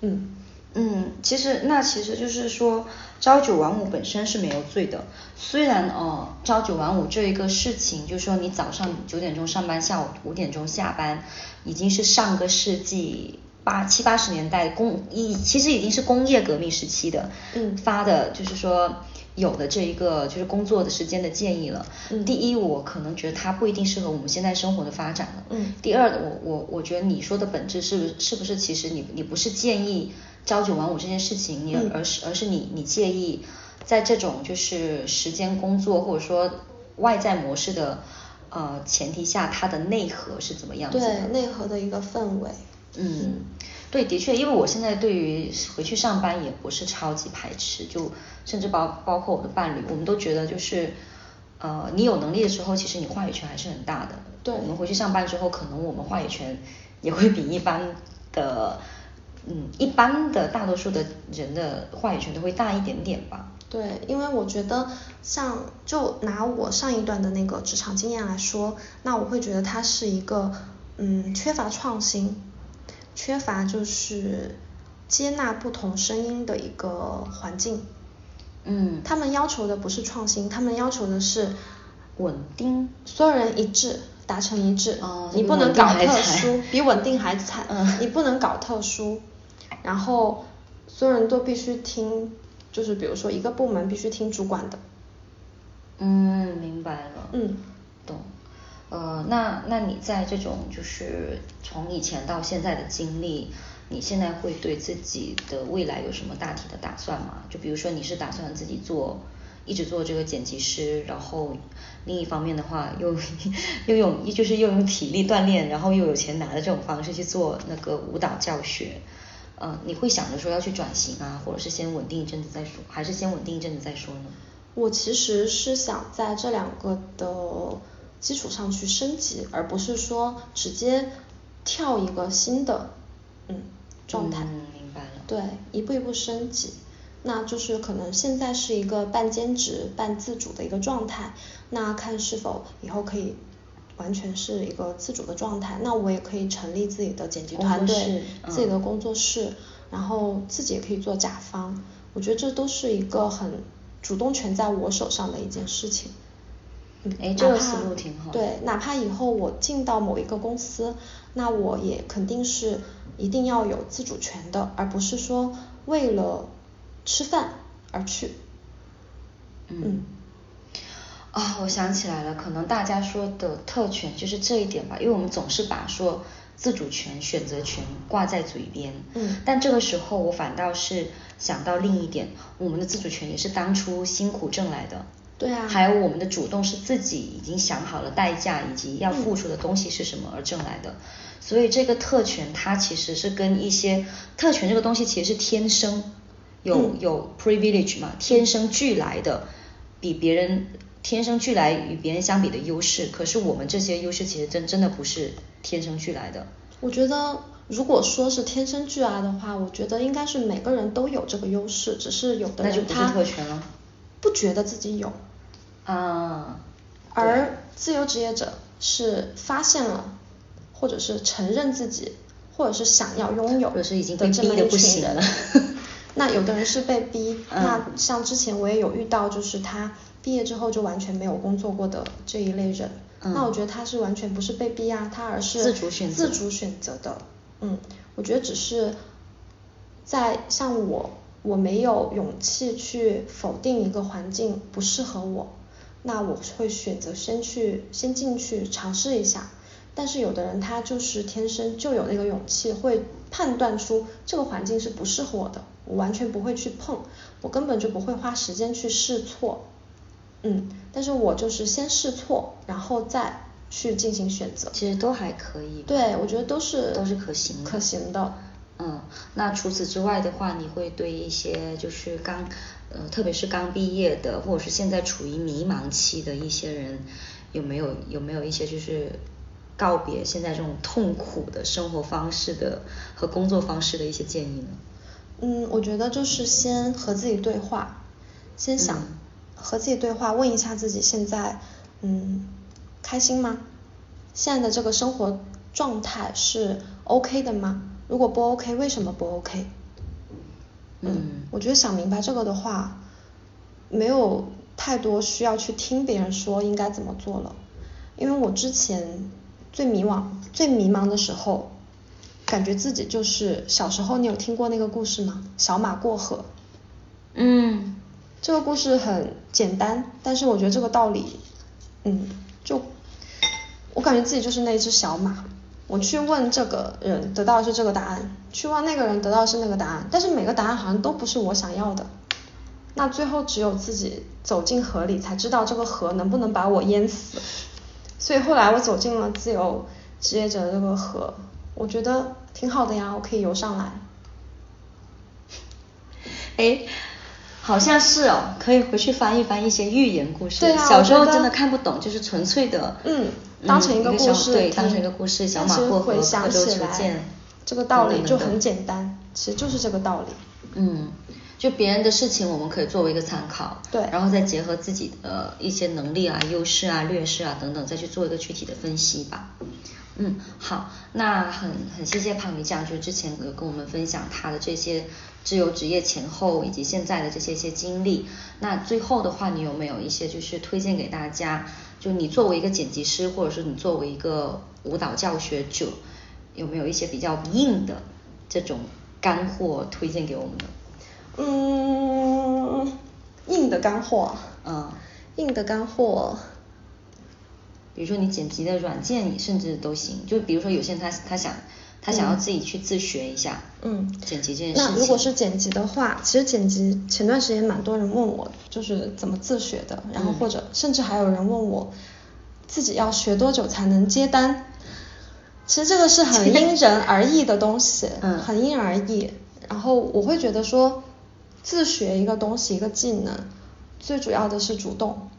嗯，嗯，其实那其实就是说，朝九晚五本身是没有罪的。虽然哦，朝九晚五这一个事情，就是说你早上九点钟上班，下午五点钟下班，已经是上个世纪八七八十年代工，已其实已经是工业革命时期的嗯发的，就是说有的这一个就是工作的时间的建议了。嗯第一，我可能觉得它不一定适合我们现在生活的发展了。嗯第二，我我我觉得你说的本质是不是是不是其实你你不是建议朝九晚五这件事情，你、嗯而是而是你你介意在这种就是时间工作或者说外在模式的呃前提下，它的内核是怎么样子的？对内核的一个氛围。嗯，对，的确，因为我现在对于回去上班也不是超级排斥，就甚至包包括我的伴侣，我们都觉得就是，呃，你有能力的时候，其实你话语权还是很大的。对我们回去上班之后，可能我们话语权也会比一般的，嗯，一般的大多数的人的话语权都会大一点点吧。对，因为我觉得像就拿我上一段的那个职场经验来说，那我会觉得它是一个嗯缺乏创新，缺乏就是接纳不同声音的一个环境。嗯，他们要求的不是创新，他们要求的是稳定。所有人一致，达成一致。哦你比不稳能定搞还特惨殊，比稳定还惨。嗯你不能搞特殊，然后所有人都必须听，就是比如说一个部门必须听主管的。嗯，明白了。嗯，懂。呃，那那你在这种就是从以前到现在的经历，你现在会对自己的未来有什么大体的打算吗？就比如说你是打算自己做，一直做这个剪辑师，然后另一方面的话又 *laughs* 又用就是又用体力锻炼，然后又有钱拿的这种方式去做那个舞蹈教学。呃，你会想着说要去转型啊，或者是先稳定一阵子再说，还是先稳定一阵子再说呢？我其实是想在这两个的基础上去升级，而不是说直接跳一个新的嗯状态。嗯，明白了。对，一步一步升级。那就是可能现在是一个半兼职、半自主的一个状态，那看是否以后可以完全是一个自主的状态。那我也可以成立自己的剪辑工作团室队、自己嗯的工作室，然后自己也可以做甲方。我觉得这都是一个很主动权在我手上的一件事情。嗯诶哪这个怕思路挺好的对，哪怕以后我进到某一个公司，那我也肯定是一定要有自主权的，而不是说为了吃饭而去。嗯，啊、我想起来了，可能大家说的特权就是这一点吧，因为我们总是把说自主权、选择权挂在嘴边。嗯但这个时候我反倒是想到另一点，我们的自主权也是当初辛苦挣来的。对啊还有我们的主动是自己已经想好了代价以及要嗯付出的东西是什么而挣来的，所以这个特权它其实是跟一些特权这个东西其实是天生有、嗯有 privilege 嘛，天生俱来的，比别人天生俱来与别人相比的优势。可是我们这些优势其实真真的不是天生俱来的。我觉得如果说是天生俱来的话，我觉得应该是每个人都有这个优势，只是有的那就人不是他特权了不觉得自己有，啊，而自由职业者是发现了，或者是承认自己，或者是想要拥有，或者是已经被这么逼得一不群行人了 *laughs* 那有的人是被逼，嗯那像之前我也有遇到，就是他毕业之后就完全没有工作过的这一类人。嗯那我觉得他是完全不是被逼啊，他而是自主选择自主选择的。嗯，我觉得只是在像我，我没有勇气去否定一个环境不适合我，那我会选择先去先进去尝试一下。但是有的人他就是天生就有那个勇气，会判断出这个环境是不适合我的，我完全不会去碰，我根本就不会花时间去试错。嗯，但是我就是先试错，然后再去进行选择。其实都还可以。对，我觉得都是都是可行的可行的。嗯，那除此之外的话，你会对一些就是刚，呃，特别是刚毕业的，或者是现在处于迷茫期的一些人，有没有有没有一些就是告别现在这种痛苦的生活方式的和工作方式的一些建议呢？嗯，我觉得就是先和自己对话，先想、嗯和自己对话，问一下自己现在，嗯，开心吗？现在的这个生活状态是 OK 的吗？如果不 OK，为什么不 OK？嗯我觉得想明白这个的话，没有太多需要去听别人说应该怎么做了，因为我之前最迷惘、最迷茫的时候，感觉自己就是小时候，你有听过那个故事吗？小马过河。嗯，这个故事很简单，但是我觉得这个道理，嗯，就我感觉自己就是那只小马。我去问这个人，得到的是这个答案；去问那个人，得到的是那个答案。但是每个答案好像都不是我想要的。那最后只有自己走进河里，才知道这个河能不能把我淹死。所以后来我走进了自由职业者这个河，我觉得挺好的呀，我可以游上来。哎，好像是哦，可以回去翻一翻一些寓言故事。对啊小时候我觉得真的看不懂，就是纯粹的，嗯当成一一个个故小事对，听当成一个故事，小但马是过河，回想刻舟起求来剑，这个道理等等就等很等简单，其实就是这个道理。嗯，就别人的事情，我们可以作为一个参考，对然后再结合自己的一些能力啊、优势啊、劣势啊等等，再去做一个具体的分析吧。嗯，好，那很很谢谢胖鱼酱，就是之前有跟我们分享他的这些自由职业前后以及现在的这些一些经历。那最后的话，你有没有一些就是推荐给大家？就你作为一个剪辑师，或者是你作为一个舞蹈教学者，有没有一些比较硬的这种干货推荐给我们的？嗯，硬的干货啊，嗯，硬的干货，比如说你剪辑的软件，甚至都行。就比如说有些人他他想他想要自己去自学一下，嗯剪辑这件事情。那如果是剪辑的话，其实剪辑前段时间蛮多人问我，就是怎么自学的，然后嗯或者甚至还有人问我，自己要学多久才能接单？其实这个是很 *laughs* 因人而异的东西，嗯很因人而异。然后我会觉得说，自学一个东西一个技能，最主要的是主动，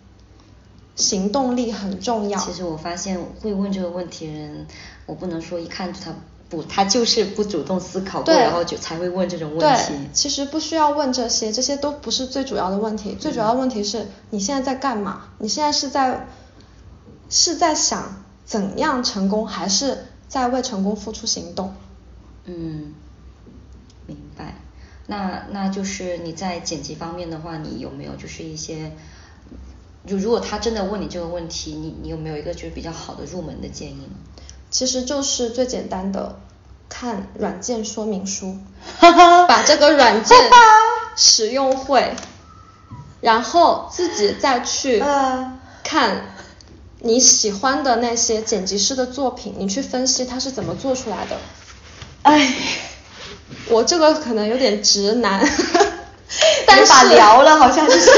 行动力很重要。其实我发现会问这个问题的人，我不能说一看就他不，他就是不主动思考过，对然后就才会问这种问对题。，其实不需要问这些，这些都不是最主要的问嗯题。最主要的问题是你现在在干嘛？你现在是在是在想怎样成功，还是在为成功付出行动？嗯，明白。那那就是你在剪辑方面的话，你有没有就是一些，就如果他真的问你这个问题，你你有没有一个就是比较好的入门的建议呢？，其实就是最简单的看软件说明书 *laughs* 把这个软件使用会，然后自己再去嗯看你喜欢的那些剪辑师的作品，你去分析他是怎么做出来的。哎，我这个可能有点直 *laughs* 男，无但法是聊了好像是 *laughs*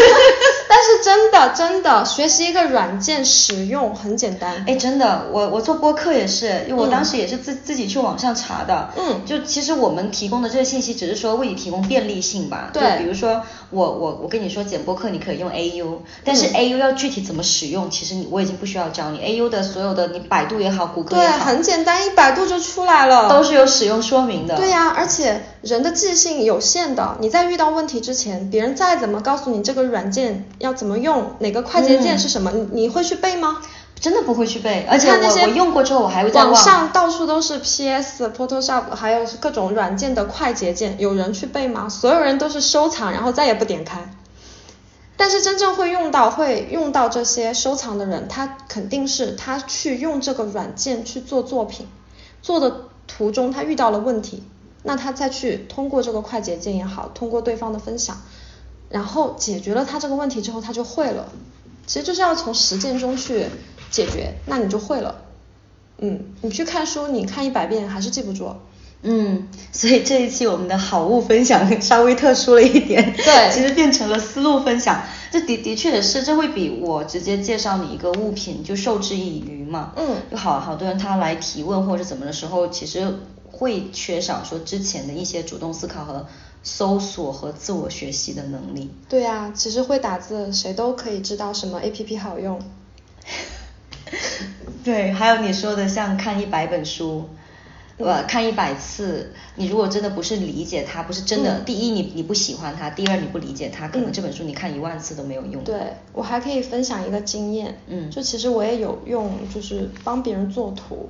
但是真的真的学习一个软件使用很简单，哎，真的，我我做播客也是，因为我嗯当时也是自、自己去网上查的。嗯就其实我们提供的这个信息，只是说为你提供便利性吧。就对比如说我我我跟你说剪播客，你可以用 AU，但是嗯 AU 要具体怎么使用，其实你我已经不需要教你。AU 的所有的你百度也好，谷歌对，啊也好，很简单，一百度就出来了，都是有使用说明的。对呀、而且人的记性有限的，你在遇到问题之前，别人再怎么告诉你这个软件要怎么用，哪个快捷键是什么，嗯你你会去背吗？真的不会去背，而且看那我些我用过之后，我还会再忘。网上到处都是 PS、Photoshop，还有各种软件的快捷键，有人去背吗？所有人都是收藏，然后再也不点开。但是真正会用到会用到这些收藏的人，他肯定是他去用这个软件去做作品，做的途中他遇到了问题，那他再去通过这个快捷键也好，通过对方的分享，然后解决了他这个问题之后，他就会了。其实就是要从实践中去解决，那你就会了。嗯，你去看书，你看一百遍还是记不住。嗯，所以这一期我们的好物分享稍微特殊了一点，*laughs* 对其实变成了思路分享。这的的确也是，这会比我直接介绍你一个物品就受之以渔嘛。嗯就好好多人他来提问或者怎么的时候，其实会缺少说之前的一些主动思考和搜索和自我学习的能力。对啊，其实会打字，谁都可以知道什么 A P P 好用。 *laughs* 对，还有你说的像看一百本书，呃，嗯看一百次，你如果真的不是理解它，不是真的，嗯第一你你不喜欢它，第二你不理解它，可能嗯这本书你看一万次都没有用。对我还可以分享一个经验，嗯就其实我也有用，就是帮别人做图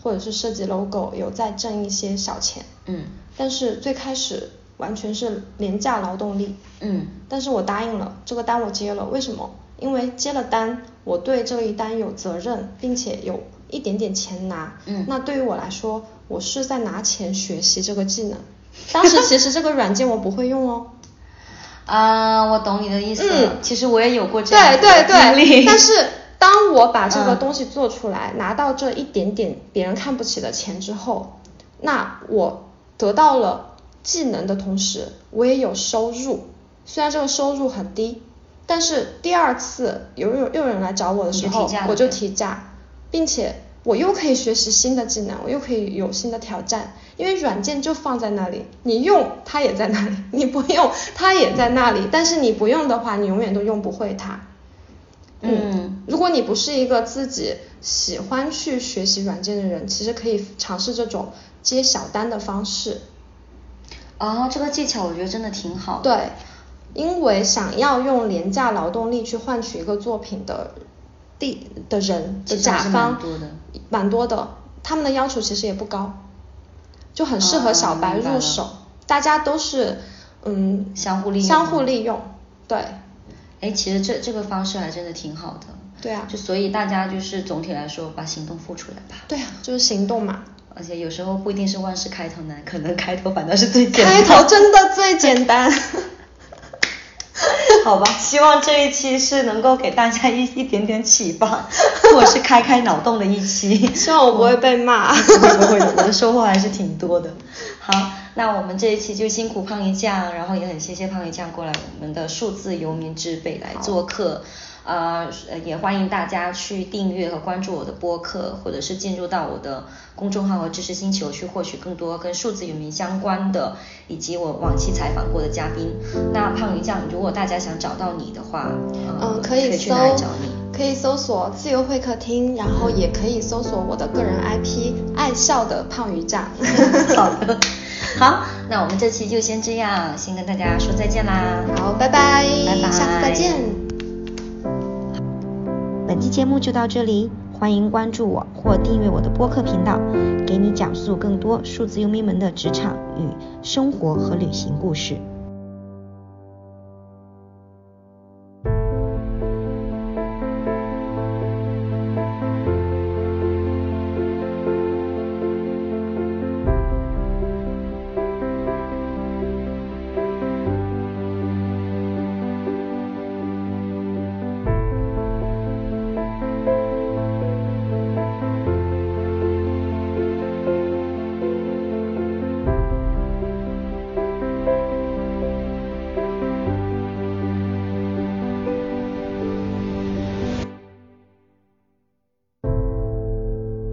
或者是设计 logo，有在挣一些小钱。嗯但是最开始完全是廉价劳动力。嗯但是我答应了，这个单我接了，为什么？因为接了单，我对这一单有责任，并且有一点点钱拿。嗯那对于我来说，我是在拿钱学习这个技能。当时其实这个软件我不会用哦，啊，我懂你的意思了。嗯其实我也有过这样对的对经对，历。 *laughs* *laughs* 但是当我把这个嗯东西做出来，拿到这一点点别人看不起的钱之后，那我得到了技能的同时，我也有收入，虽然这个收入很低，但是第二次有有又有人来找我的时你候就提价，了我就提价，并且我又可以学习新的技能，我又可以有新的挑战，因为软件就放在那里，你用它也在那里，你不用它也在那里，但是你不用的话，你永远都用不会它。嗯，如果你不是一个自己喜欢去学习软件的人，其实可以尝试这种接小单的方式。哦，这个技巧我觉得真的挺好的。对，因为想要用廉价劳动力去换取一个作品的地的人其的实甲还是方蛮多的蛮多的他们的要求其实也不高，就很适合小哦白明白入了手，大家都是嗯相互利用相互利用，对，哎，其实这这个方式还真的挺好的。对啊就所以大家就是总体来说，把行动付出来吧。对啊，就是行动嘛。而且有时候不一定是万事开头难，可能开头反倒是最简开单。头真的最简单。 *laughs* 好吧，希望这一期是能够给大家一一点点启发，或者是开开脑洞的一期。希望我不会被骂 *laughs* *laughs* 不会不会的，我的收获还是挺多的。好，那我们这一期就辛苦胖鱼酱，然后也很谢谢胖鱼酱过来我们的数字游民之北来做客。呃，呃也欢迎大家去订阅和关注我的播客，或者是进入到我的公众号和知识星球去获取更多跟数字游民相关的，以及我往期采访过的嘉宾。那胖鱼酱，如果大家想找到你的话，呃嗯，可以去搜哪里找你？可以搜索自由会客厅，然后也可以搜索我的个人 IP 爱笑的胖鱼酱。 *laughs* 好的，好，那我们这期就先这样，先跟大家说再见啦。好，拜拜，拜拜下次再见。本期节目就到这里，欢迎关注我或订阅我的播客频道，给你讲述更多数字游民们的职场与生活和旅行故事。